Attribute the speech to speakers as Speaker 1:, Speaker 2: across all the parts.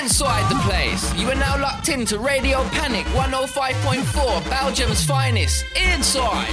Speaker 1: inside the place. You are now locked into Radio Panic 105.4, Belgium's finest. Inside.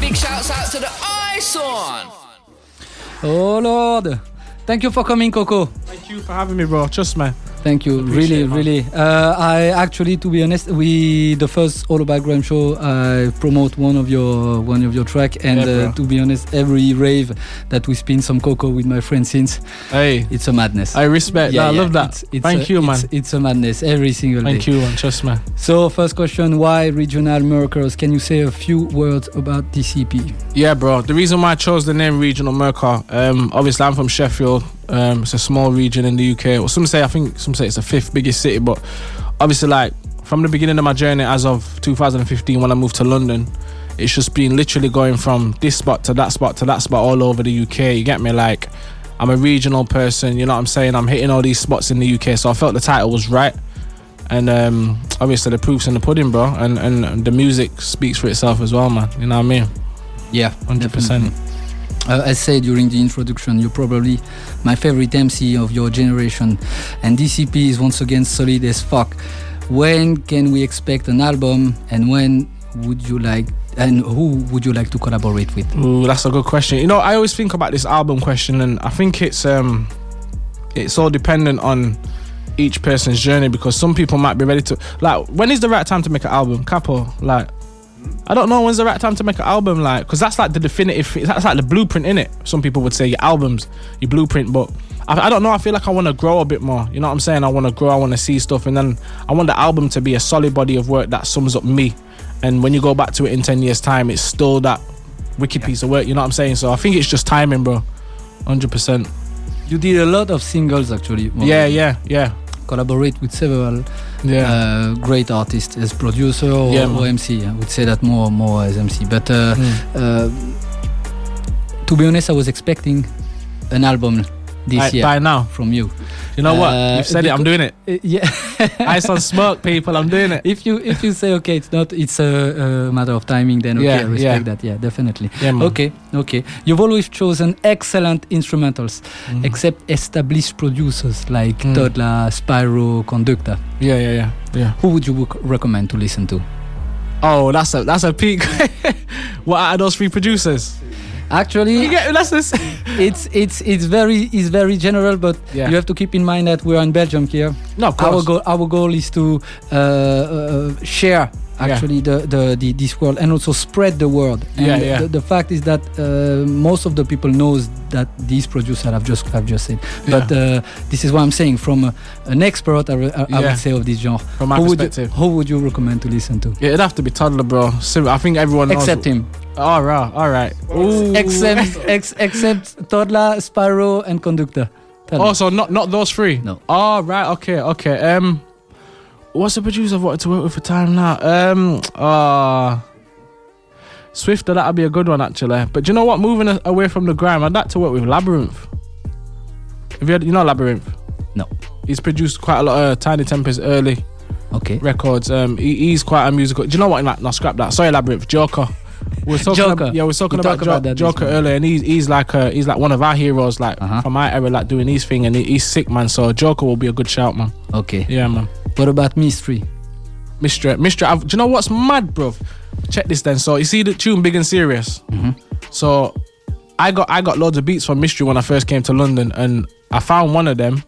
Speaker 1: Big shouts out to the Ison.
Speaker 2: Oh Lord, thank you for coming, Coco.
Speaker 3: Thank you for having me, bro. Trust me.
Speaker 2: Thank you, really,
Speaker 3: it, man.
Speaker 2: really. Uh, I actually, to be honest, we the first All About Graham show. I promote one of your one of your track, and
Speaker 3: Yeah, bro.
Speaker 2: uh, to be honest, every rave that we spin some Coco with my friend since,
Speaker 3: Hey,
Speaker 2: it's a madness.
Speaker 3: I respect that. I love that.
Speaker 2: It's, it's
Speaker 3: Thank
Speaker 2: a,
Speaker 3: you, man.
Speaker 2: It's, it's a madness every single day.
Speaker 3: Thank you, man. Trust me.
Speaker 2: So, first question: Why regional murkers? Can you say a few words about DCP?
Speaker 3: Yeah, bro. The reason why I chose the name Regional Mercar, um, obviously I'm from Sheffield. Um, it's a small region in the UK. Or some say I think some say it's the fifth biggest city, but obviously like from the beginning of my journey as of 2015 when I moved to London, it's just been literally going from this spot to that spot to that spot all over the UK. You get me? Like I'm a regional person, you know what I'm saying? I'm hitting all these spots in the UK. So I felt the title was right. And um, obviously the proof's in the pudding, bro. And, and the music speaks for itself as well, man. You know what I mean?
Speaker 2: Yeah,
Speaker 3: 100%.
Speaker 2: definitely. Uh, as said during the introduction, you're probably my favorite MC of your generation, and DCP is once again solid as fuck. When can we expect an album, and when would you like, and who would you like to collaborate with?
Speaker 3: Ooh, Mm, that's a good question. You know, I always think about this album question, and I think it's um, it's all dependent on each person's journey because some people might be ready to like. When is the right time to make an album, Capo? Like, I don't know when's the right time to make an album, like, because that's like the definitive. That's like the blueprint in it. Some people would say your albums, your blueprint, but I, I don't know. I feel like I want to grow a bit more. You know what I'm saying? I want to grow. I want to see stuff, and then I want the album to be a solid body of work that sums up me. And when you go back to it in ten years' time, it's still that wicked piece of work. You know what I'm saying? So I think it's just timing, bro. Hundred percent.
Speaker 2: You did a lot of singles actually.
Speaker 3: Yeah, yeah, yeah,
Speaker 2: Collaborate with several
Speaker 3: yeah.
Speaker 2: uh, great artists as producer or,
Speaker 3: Yeah,
Speaker 2: or
Speaker 3: man.
Speaker 2: MC. I would say that more more as MC, but. Uh,
Speaker 3: Mm.
Speaker 2: Uh, to be honest, I was expecting an album this
Speaker 3: Like,
Speaker 2: year
Speaker 3: By now,
Speaker 2: from you.
Speaker 3: you know what?
Speaker 2: Uh,
Speaker 3: You've said it. I'm
Speaker 2: because-
Speaker 3: doing it.
Speaker 2: yeah.
Speaker 3: Ice on smoke, people. I'm doing it.
Speaker 2: if you if you say okay, it's not, it's a, a matter of timing. Then okay,
Speaker 3: Yeah, Hmm.
Speaker 2: I respect that. Yeah, definitely.
Speaker 3: Yeah, man.
Speaker 2: Okay, okay. You've always chosen excellent instrumentals,
Speaker 3: Mm.
Speaker 2: except established producers like
Speaker 3: Mm.
Speaker 2: Toddler, Spyro, Conductor.
Speaker 3: Yeah, yeah, yeah, yeah.
Speaker 2: Who would you would recommend to listen to?
Speaker 3: Oh, that's a that's a peak. what out of those three producers? You
Speaker 2: Actually,
Speaker 3: get that's this.
Speaker 2: it's it's it's very it's very general, but
Speaker 3: Yeah.
Speaker 2: you have to keep in mind that we are in Belgium here.
Speaker 3: No, of
Speaker 2: our
Speaker 3: course.
Speaker 2: goal our goal is to uh, uh, share actually the, the, the this world and also spread the word and
Speaker 3: Yeah, yeah.
Speaker 2: The, the fact is that uh, most of the people knows that these producers have just have just said but uh, this is what i'm saying from a, an expert i, re- I, I
Speaker 3: Yeah.
Speaker 2: would say of this genre
Speaker 3: From my
Speaker 2: who would, you,
Speaker 3: perspective,
Speaker 2: who would you recommend to listen to
Speaker 3: yeah, it'd have to be toddler, bro. So I think everyone knows.
Speaker 2: except him
Speaker 3: All right, all right. Ooh.
Speaker 2: except ex, except toddler Sparrow, and conductor Tell me.
Speaker 3: Also, Oh, not not those three.
Speaker 2: No.
Speaker 3: Oh right, okay, okay. Um, what's the producer I've wanted to work with for time now? Um, uh Swifter. That'd be a good one actually. But do you know what? Moving a- away from the grime, I'd like to work with Labyrinth. Have you had, you know Labyrinth?
Speaker 2: No.
Speaker 3: He's produced quite a lot of Tiny Tempest early
Speaker 2: okay
Speaker 3: records. Um, he, he's quite a musical. Do you know what? Like, no, scrap that. Sorry, labyrinth. Joker. We We're talking
Speaker 2: Joker.
Speaker 3: Ab- yeah, we we're talking
Speaker 2: We
Speaker 3: about,
Speaker 2: talked about
Speaker 3: Jo-
Speaker 2: that this
Speaker 3: Joker
Speaker 2: morning.
Speaker 3: earlier, and he's he's like uh, he's like one of our heroes, like
Speaker 2: Uh-huh.
Speaker 3: from my era, like doing his thing, and he, he's sick, man. So Joker will be a good shout, man.
Speaker 2: okay
Speaker 3: Yeah, man.
Speaker 2: what about mystery
Speaker 3: Mister, Mister, I've, do you know what's mad, bruv? Check this then. So you see the tune Big and Serious.
Speaker 2: Mhm.
Speaker 3: So I got I got loads of beats from Mystery when I first came to London, and I found one of them.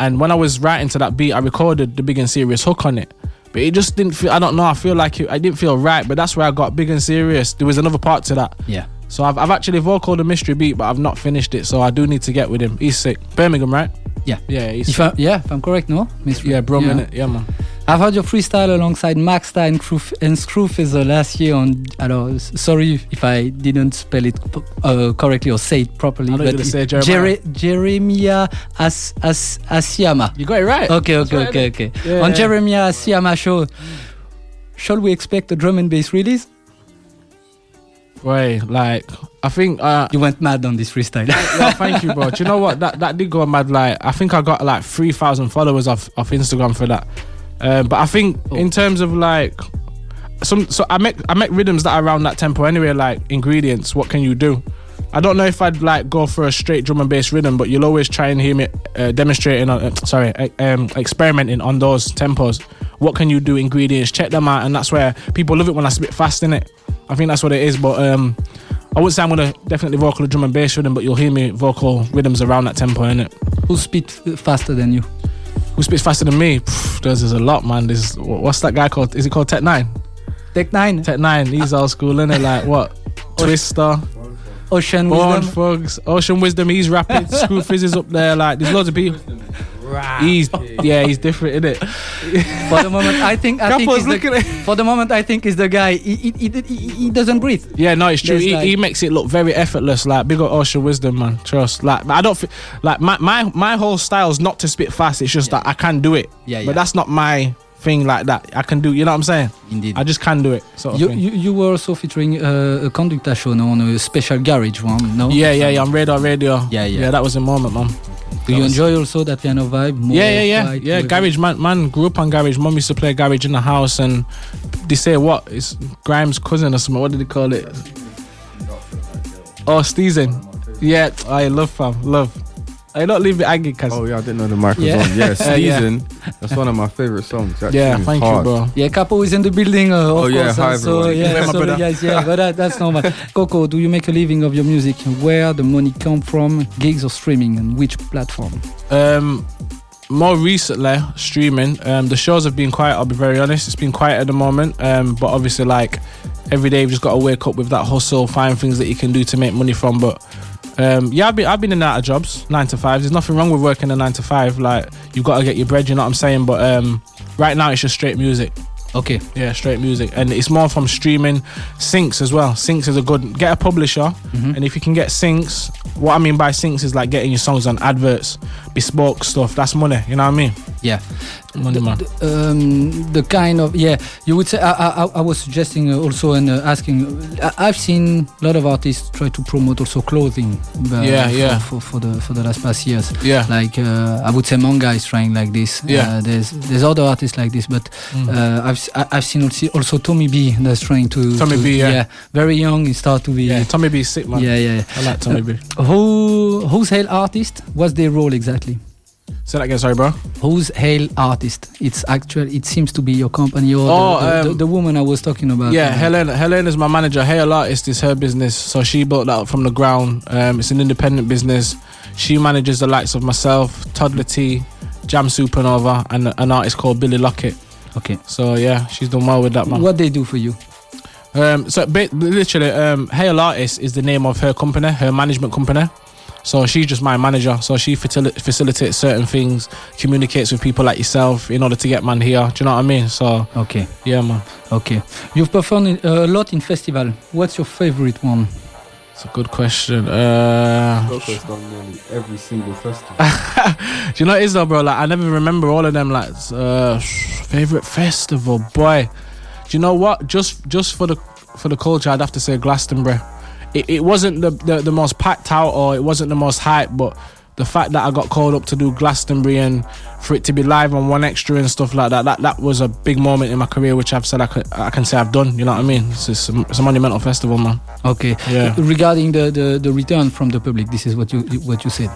Speaker 3: And when I was writing to that beat, I recorded the Big and Serious hook on it. But it just didn't feel. I don't know. I feel like it. I didn't feel right. But that's where I got Big and Serious. There was another part to that.
Speaker 2: yeah
Speaker 3: So I've, I've actually vocaled a Mystery beat, but I've not finished it. So I do need to get with him. He's sick. Birmingham, right?
Speaker 2: Yeah.
Speaker 3: Yeah. He's
Speaker 2: if
Speaker 3: sick.
Speaker 2: I, yeah if i'm correct no mystery
Speaker 3: yeah, bro, innit? Yeah, man.
Speaker 2: I've had your freestyle alongside Max Stein Cruf- and Screwfeather last year on. Alors, s- sorry if I didn't spell it p- uh, correctly or say it properly.
Speaker 3: I know you're gonna say Jeremiah.
Speaker 2: Jere- Jeremiah As- As- Asiyama.
Speaker 3: You got it right.
Speaker 2: Okay,
Speaker 3: That's
Speaker 2: okay,
Speaker 3: right,
Speaker 2: okay, okay.
Speaker 3: Yeah,
Speaker 2: on
Speaker 3: yeah.
Speaker 2: Jeremiah Asiyama show, shall we expect a drum and bass release?
Speaker 3: Right, like I think uh
Speaker 2: You went mad on this freestyle.
Speaker 3: no, thank you, bro. Do you know what? That that did go mad. Like I think I got like three thousand followers off off Instagram for that. Um, but I think in terms of like some, so I make I make rhythms that are around that tempo anyway. Like ingredients, what can you do? I don't know if I'd like go for a straight drum and bass rhythm, but you'll always try and hear me uh, demonstrating on, uh, sorry, uh, um, experimenting on those tempos. What can you do? Ingredients, check them out, and that's where people love it when I spit fast in it. I think that's what it is. But um, I would say I'm gonna definitely vocal a drum and bass rhythm, but you'll hear me vocal rhythms around that tempo in it.
Speaker 2: Who spit f- faster than you?
Speaker 3: Who spits faster than me? Pff, there's, there's a lot, man. There's what's that guy called? Is he called Tech Nine?
Speaker 2: Tech Nine,
Speaker 3: Tech Nine. He's old school, is Like what? Twister.
Speaker 2: Ocean
Speaker 3: Born
Speaker 2: Wisdom.
Speaker 3: Thugs, Ocean Wisdom, he's rapping. School Fizzes up there, like there's loads of people. He's yeah, he's different, isn't it?
Speaker 2: For the moment, I think I think
Speaker 3: Capo's
Speaker 2: he's
Speaker 3: looking
Speaker 2: the,
Speaker 3: at-
Speaker 2: for the moment I think is the guy. He, he, he, he, he doesn't breathe.
Speaker 3: Yeah, no, it's true.
Speaker 2: There's
Speaker 3: He,
Speaker 2: like-
Speaker 3: he makes it look very effortless. Like big up Ocean Wisdom, man. Trust. Like I don't feel, like my my my whole style's not to spit fast. It's just that I can do it.
Speaker 2: Yeah, yeah.
Speaker 3: But that's not my thing like that. I can do. You know what I'm saying?
Speaker 2: Indeed.
Speaker 3: I just can do it. Sort of
Speaker 2: You,
Speaker 3: thing.
Speaker 2: you, you were also featuring uh, a conductor show no, on a special garage one, no?
Speaker 3: yeah, yeah, yeah. I'm radar radio.
Speaker 2: Yeah, yeah.
Speaker 3: Yeah, that was a moment, man.
Speaker 2: Do you
Speaker 3: That was-
Speaker 2: enjoy also that kind of vibe? More
Speaker 3: yeah, yeah, yeah,
Speaker 2: quiet,
Speaker 3: yeah.
Speaker 2: whatever?
Speaker 3: Garage man, man grew up on garage. Mum used to play garage in the house, and they say what? It's Grimes' cousin or something. What did they call it? Oh, Steezen. Yeah, I love fam, love. I don't leave it angry, cause
Speaker 4: Oh yeah, I didn't know the mic was
Speaker 2: Yeah.
Speaker 4: on. Yeah,
Speaker 3: Yeah, yeah.
Speaker 4: Season. That's one of my favorite songs. That
Speaker 3: yeah,
Speaker 4: tune is
Speaker 3: thank you,
Speaker 4: hard.
Speaker 3: bro.
Speaker 2: Yeah, Capo is in the building. Uh, of
Speaker 4: Oh, yeah,
Speaker 2: course,
Speaker 4: hi,
Speaker 2: uh, so
Speaker 4: everyone.
Speaker 2: yeah,
Speaker 3: Yeah, my
Speaker 2: sorry
Speaker 3: brother.
Speaker 2: guys, yeah, but that, that's normal. Coco, do you make a living of your music? Where the money come from? Gigs or streaming, and which platform?
Speaker 3: Um, more recently, streaming. Um, the shows have been quiet. I'll be very honest. It's been quiet at the moment. Um, but obviously, like every day, you've just got to wake up with that hustle, find things that you can do to make money from. But um, yeah, I've been I've been in and out of jobs, nine to five. There's nothing wrong with working a nine to five. Like you've got to get your bread. You know what I'm saying? But um, right now, it's just straight music.
Speaker 2: Okay,
Speaker 3: Yeah, straight music, and it's more from streaming syncs as well. Syncs is a good get a publisher, and if you can get syncs, what I mean by syncs is like getting your songs on adverts, bespoke stuff. That's money, you know what I mean?
Speaker 2: yeah.
Speaker 3: Money, man.
Speaker 2: The, um, the kind of yeah, you would say. I, I, I- I was suggesting uh, also and uh, asking. uh, I, I've seen a lot of artists try to promote also clothing. uh,
Speaker 3: Yeah,
Speaker 2: for,
Speaker 3: yeah.
Speaker 2: For, for the for the last past years,
Speaker 3: Yeah,
Speaker 2: like uh, I would say manga is trying like this.
Speaker 3: Yeah. Mm.
Speaker 2: Uh, there's there's other artists like this, but uh, I've s- I- I've seen also, also Tommy B that's trying to
Speaker 3: Tommy
Speaker 2: to-
Speaker 3: B, yeah.
Speaker 2: very young he start to be
Speaker 3: yeah. Tommy B, sick man.
Speaker 2: yeah yeah.
Speaker 3: I like Tommy B.
Speaker 2: Who who's hail artist? What's their role exactly?
Speaker 3: Say that again, sorry, bro.
Speaker 2: Who's hail artist? It's actual. It seems to be your company or
Speaker 3: Oh,
Speaker 2: the, the,
Speaker 3: um,
Speaker 2: the woman I was talking about.
Speaker 3: Yeah,
Speaker 2: uh,
Speaker 3: Helen. Helen is my manager. Hail Artist is her business, so she built that up from the ground. Um, it's an independent business. She manages the likes of myself, Toddler T, Jam Supernova, and an artist called Billy Lockett.
Speaker 2: Okay.
Speaker 3: So yeah, she's done well with that man.
Speaker 2: What they do for you?
Speaker 3: Um, so ba- literally, um, Hail Artist is the name of her company, her management company. So she's just my manager. So she fatili- facilitates certain things, communicates with people like yourself in order to get man here. Do you know what I mean? So
Speaker 2: Okay,
Speaker 3: yeah, man,
Speaker 2: okay. You've performed in- a lot in festival. What's your favorite one?
Speaker 3: it's a good question. Uh,
Speaker 4: Coco's done nearly every single festival.
Speaker 3: do you know what it is though, bro? Like I never remember all of them. Like uh, favorite festival, boy. Do you know what? Just just for the for the culture, I'd have to say Glastonbury. It, it wasn't the, the the most packed out or it wasn't the most hype, but the fact that I got called up to do Glastonbury and for it to be live on one extra and stuff like that, that that was a big moment in my career, which I've said I can, I can say I've done. You know what I mean? It's, it's, a, it's a monumental festival, man.
Speaker 2: Okay.
Speaker 3: Yeah.
Speaker 2: Regarding the, the, the return from the public, this is what you what you said.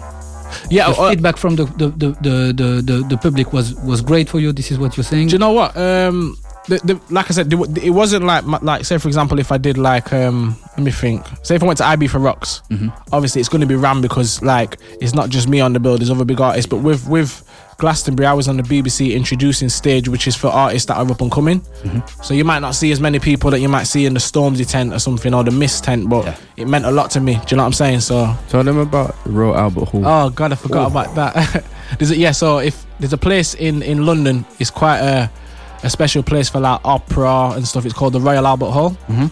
Speaker 3: Yeah.
Speaker 2: The
Speaker 3: uh,
Speaker 2: feedback from the the, the, the, the, the the public was was great for you. This is what you're saying.
Speaker 3: Do you know what? Um, the, the, like I said, the, it wasn't like my- like say for example, if I did like um, let me think. Say if I went to IB for rocks, obviously it's going to be ram because like it's not just me on the bill. There's other big artists, but with with Glastonbury, I was on the BBC introducing stage, which is for artists that are up and coming. So you might not see as many people that you might see in the Stormzy tent or something or the Mist tent, but
Speaker 2: Yeah.
Speaker 3: it meant a lot to me. Do you know what I'm saying? So
Speaker 4: Tell them about the Royal Albert Hall.
Speaker 3: Oh god, I forgot about that. there's a, yeah, so if there's a place in in London, it's quite a a special place for like opera and stuff. It's called the Royal Albert Hall.
Speaker 2: Mhm.
Speaker 4: Mm-hmm.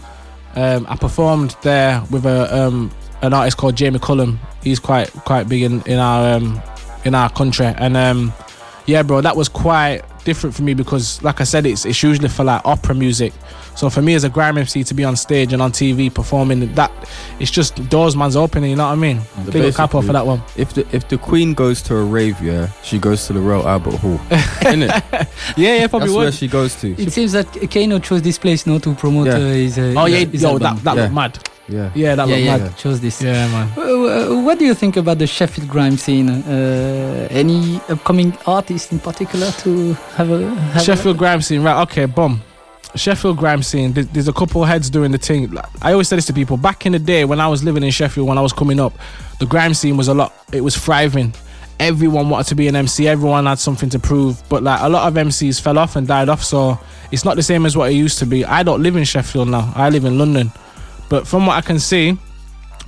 Speaker 3: Um, I performed there with a um, an artist called Jamie Cullum. He's quite quite big in in our um, in our country, and um, yeah, bro, that was quite different for me because, like I said, it's it's usually for like opera music. So for me as a grime MC to be on stage and on TV performing that, it's just doors man's opening. You know what I mean?
Speaker 4: The
Speaker 3: Big up
Speaker 4: basic
Speaker 3: Capo for
Speaker 4: route.
Speaker 3: that one.
Speaker 4: If the if the Queen goes to a rave, yeah, she goes to the Royal Albert Hall. Innit?
Speaker 3: Yeah, yeah,
Speaker 4: That's
Speaker 3: probably
Speaker 4: where
Speaker 3: would.
Speaker 4: she goes to.
Speaker 2: it seems that Kano chose this place not to promote
Speaker 4: Yeah.
Speaker 2: uh, his. Uh,
Speaker 3: oh yeah,
Speaker 2: his
Speaker 3: yo,
Speaker 2: album.
Speaker 3: that that
Speaker 4: Yeah.
Speaker 3: looked mad.
Speaker 4: Yeah.
Speaker 3: Yeah, that
Speaker 2: yeah,
Speaker 3: looked
Speaker 2: yeah,
Speaker 3: mad.
Speaker 2: chose this.
Speaker 3: Yeah, man.
Speaker 2: Uh, uh, What do you think about the Sheffield grime scene? Uh, any upcoming artist in particular to have a have
Speaker 3: Sheffield grime scene, right? Okay, boom. Sheffield grime scene. th- There's a couple heads doing the thing. Like, I always say this to people. Back in the day, when I was living in Sheffield, when I was coming up, the grime scene was a lot. It was thriving. Everyone wanted to be an MC. Everyone had something to prove. But like a lot of MCs fell off and died off. So it's not the same as what it used to be. I don't live in Sheffield now. I live in London. But from what I can see,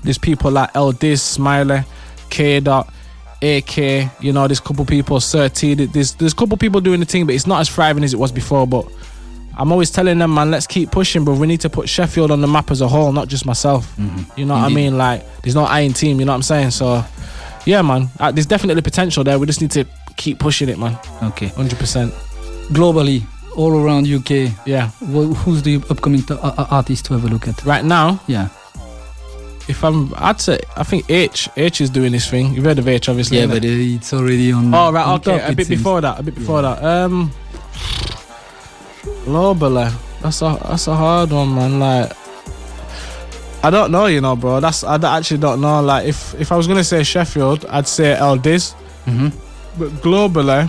Speaker 3: there's people like El Diz, Smiley, K Dot, AK. You know, there's couple people, Sir T. th- There's there's couple people doing the thing, but it's not as thriving as it was before. But I'm always telling them, man, let's keep pushing, but we need to put Sheffield on the map as a whole, not just myself. You know what
Speaker 2: Mm-hmm.
Speaker 3: I
Speaker 2: Indeed.
Speaker 3: mean? Like, there's no iron team. You know what I'm saying? So, yeah, man, uh, there's definitely potential there. We just need to keep pushing it, man.
Speaker 2: Okay.
Speaker 3: Hundred percent.
Speaker 2: globally all around UK?
Speaker 3: Yeah.
Speaker 2: Wh- who's the upcoming to- uh, uh, artist to have a look at?
Speaker 3: Right now,
Speaker 2: Yeah,
Speaker 3: if I'm, I'd say I think H H is doing this thing. You've heard of H, obviously.
Speaker 2: yeah,
Speaker 3: innit?
Speaker 2: but uh, it's already on.
Speaker 3: Oh right,
Speaker 2: on
Speaker 3: okay.
Speaker 2: top,
Speaker 3: a
Speaker 2: it
Speaker 3: bit
Speaker 2: seems.
Speaker 3: before that. A bit before that. Um, Lobele. That's a that's a hard one, man. Like, I don't know, you know, bro. That's I d- actually don't know. Like, if if I was gonna say Sheffield, I'd say El Diz.
Speaker 2: Mhm.
Speaker 3: But globally,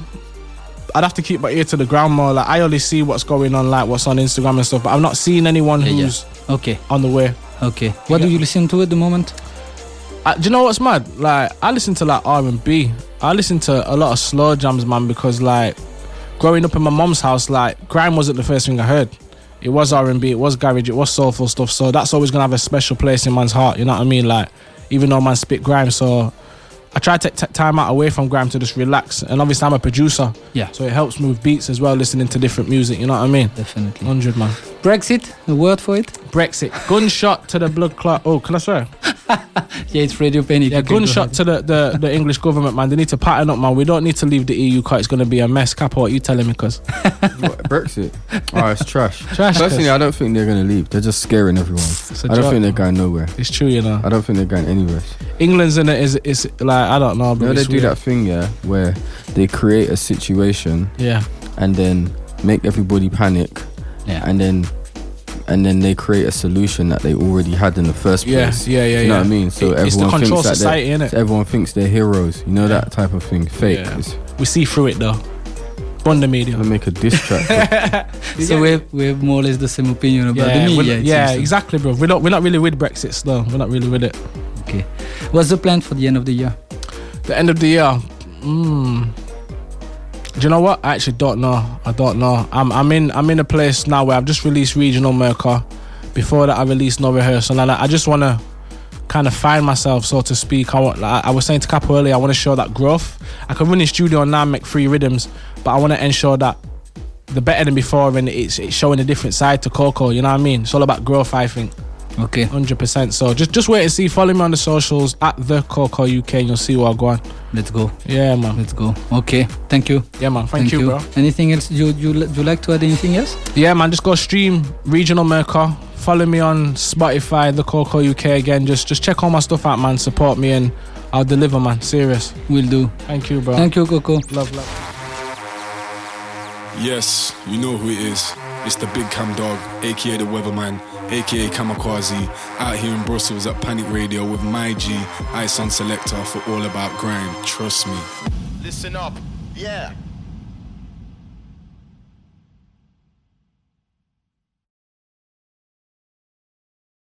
Speaker 3: I'd have to keep my ear to the ground more. Like, I only see what's going on, like what's on Instagram and stuff. But I've not seen anyone
Speaker 2: Yeah, yeah.
Speaker 3: who's
Speaker 2: Okay,
Speaker 3: on the way.
Speaker 2: okay. What do
Speaker 3: Yeah.
Speaker 2: you listen to at the moment?
Speaker 3: I, do you know what's mad? Like I listen to like R and B. I listen to a lot of slow jams, man, because like growing up in my mom's house, like grime wasn't the first thing I heard. It was R and B, it was garage, it was soulful stuff. So that's always gonna have a special place in man's heart. You know what I mean? Like even though man spit grime, so I try to take time out away from grime to just relax. And obviously I'm a producer,
Speaker 2: Yeah,
Speaker 3: so it helps move beats as well, listening to different music. You know what I mean?
Speaker 2: definitely.
Speaker 3: Hundred man.
Speaker 2: Brexit, a word for it?
Speaker 3: Brexit, gunshot to the blood clot. Oh, can I swear?
Speaker 2: Yeah, it's Radio Panic.
Speaker 3: Yeah,
Speaker 2: Okay, go
Speaker 3: gunshot
Speaker 2: ahead.
Speaker 3: to the, the, the English government, man. They need to pattern up, man. We don't need to leave the EU. Cause it's going to be a mess. Capo, what you telling me? Cause
Speaker 4: What, Brexit. Oh, it's trash.
Speaker 3: trash.
Speaker 4: Personally, I don't think they're gonna leave. They're just scaring everyone.
Speaker 3: It's a
Speaker 4: I don't
Speaker 3: joke,
Speaker 4: think they're
Speaker 3: man.
Speaker 4: going nowhere.
Speaker 3: It's true, you know.
Speaker 4: I don't think they're going anywhere.
Speaker 3: England's in it is is like I don't know. But
Speaker 4: You know, they
Speaker 3: it's
Speaker 4: do
Speaker 3: weird.
Speaker 4: that thing, yeah, where they create a situation
Speaker 3: Yeah,
Speaker 4: and then make everybody panic,
Speaker 2: Yeah.
Speaker 4: and then and then they create a solution that they already had in the first place.
Speaker 3: yeah, yeah, yeah.
Speaker 4: you know
Speaker 3: yeah.
Speaker 4: what I mean? So
Speaker 3: It- it's the
Speaker 4: everyone
Speaker 3: control
Speaker 4: thinks that
Speaker 3: society,
Speaker 4: they're,
Speaker 3: innit?
Speaker 4: so everyone thinks they're heroes. You know
Speaker 3: Yeah.
Speaker 4: that type of thing. Fake.
Speaker 3: Yeah.
Speaker 4: It's
Speaker 3: We see through it though. Bond the media.
Speaker 4: gonna make a diss track.
Speaker 2: So we have, we have more or less the same opinion about
Speaker 3: yeah,
Speaker 2: the
Speaker 3: we're-
Speaker 2: media. it
Speaker 3: yeah,
Speaker 2: seems to.
Speaker 3: exactly, bro. We're not we're not really with Brexit though. We're not really with it.
Speaker 2: What's the plan for the end of the year?
Speaker 3: The end of the year. Mm. Do you know what? I actually don't know. I don't know. I'm I'm in I'm in a place now where I've just released regional Merca. Before that, I released no rehearsal, and I, I just want to kind of find myself, so to speak. I want, like, I was saying to Capo earlier, I want to show that growth. I can run in studio now and make three rhythms, but I want to ensure that the better than before, and it's, it's showing a different side to Coco. You know what I mean? It's all about growth, I think.
Speaker 2: Okay,
Speaker 3: Hundred percent. So just just wait and see. Follow me on the socials at the Coco UK, and you'll see what I go on.
Speaker 2: let's go,
Speaker 3: Yeah, man.
Speaker 2: let's go. Okay, thank you.
Speaker 3: Yeah, man. Thank, you, bro.
Speaker 2: Anything else? You you li- you like to add anything else?
Speaker 3: Yeah, man. Just go stream regional Merca. Follow me on Spotify, the Coco UK again. Just just check all my stuff out, man. Support me and I'll deliver, man. Serious.
Speaker 2: Will do.
Speaker 3: Thank you, bro.
Speaker 2: Thank you, Coco.
Speaker 3: Love, love.
Speaker 5: Yes, you know who it is. It's the Big Cam Dog, aka the Weatherman, aka Kamikaze, out here in Brussels at Panic Radio with my G, Ice on Selector for all about grind. Trust me.
Speaker 6: Listen up. Yeah.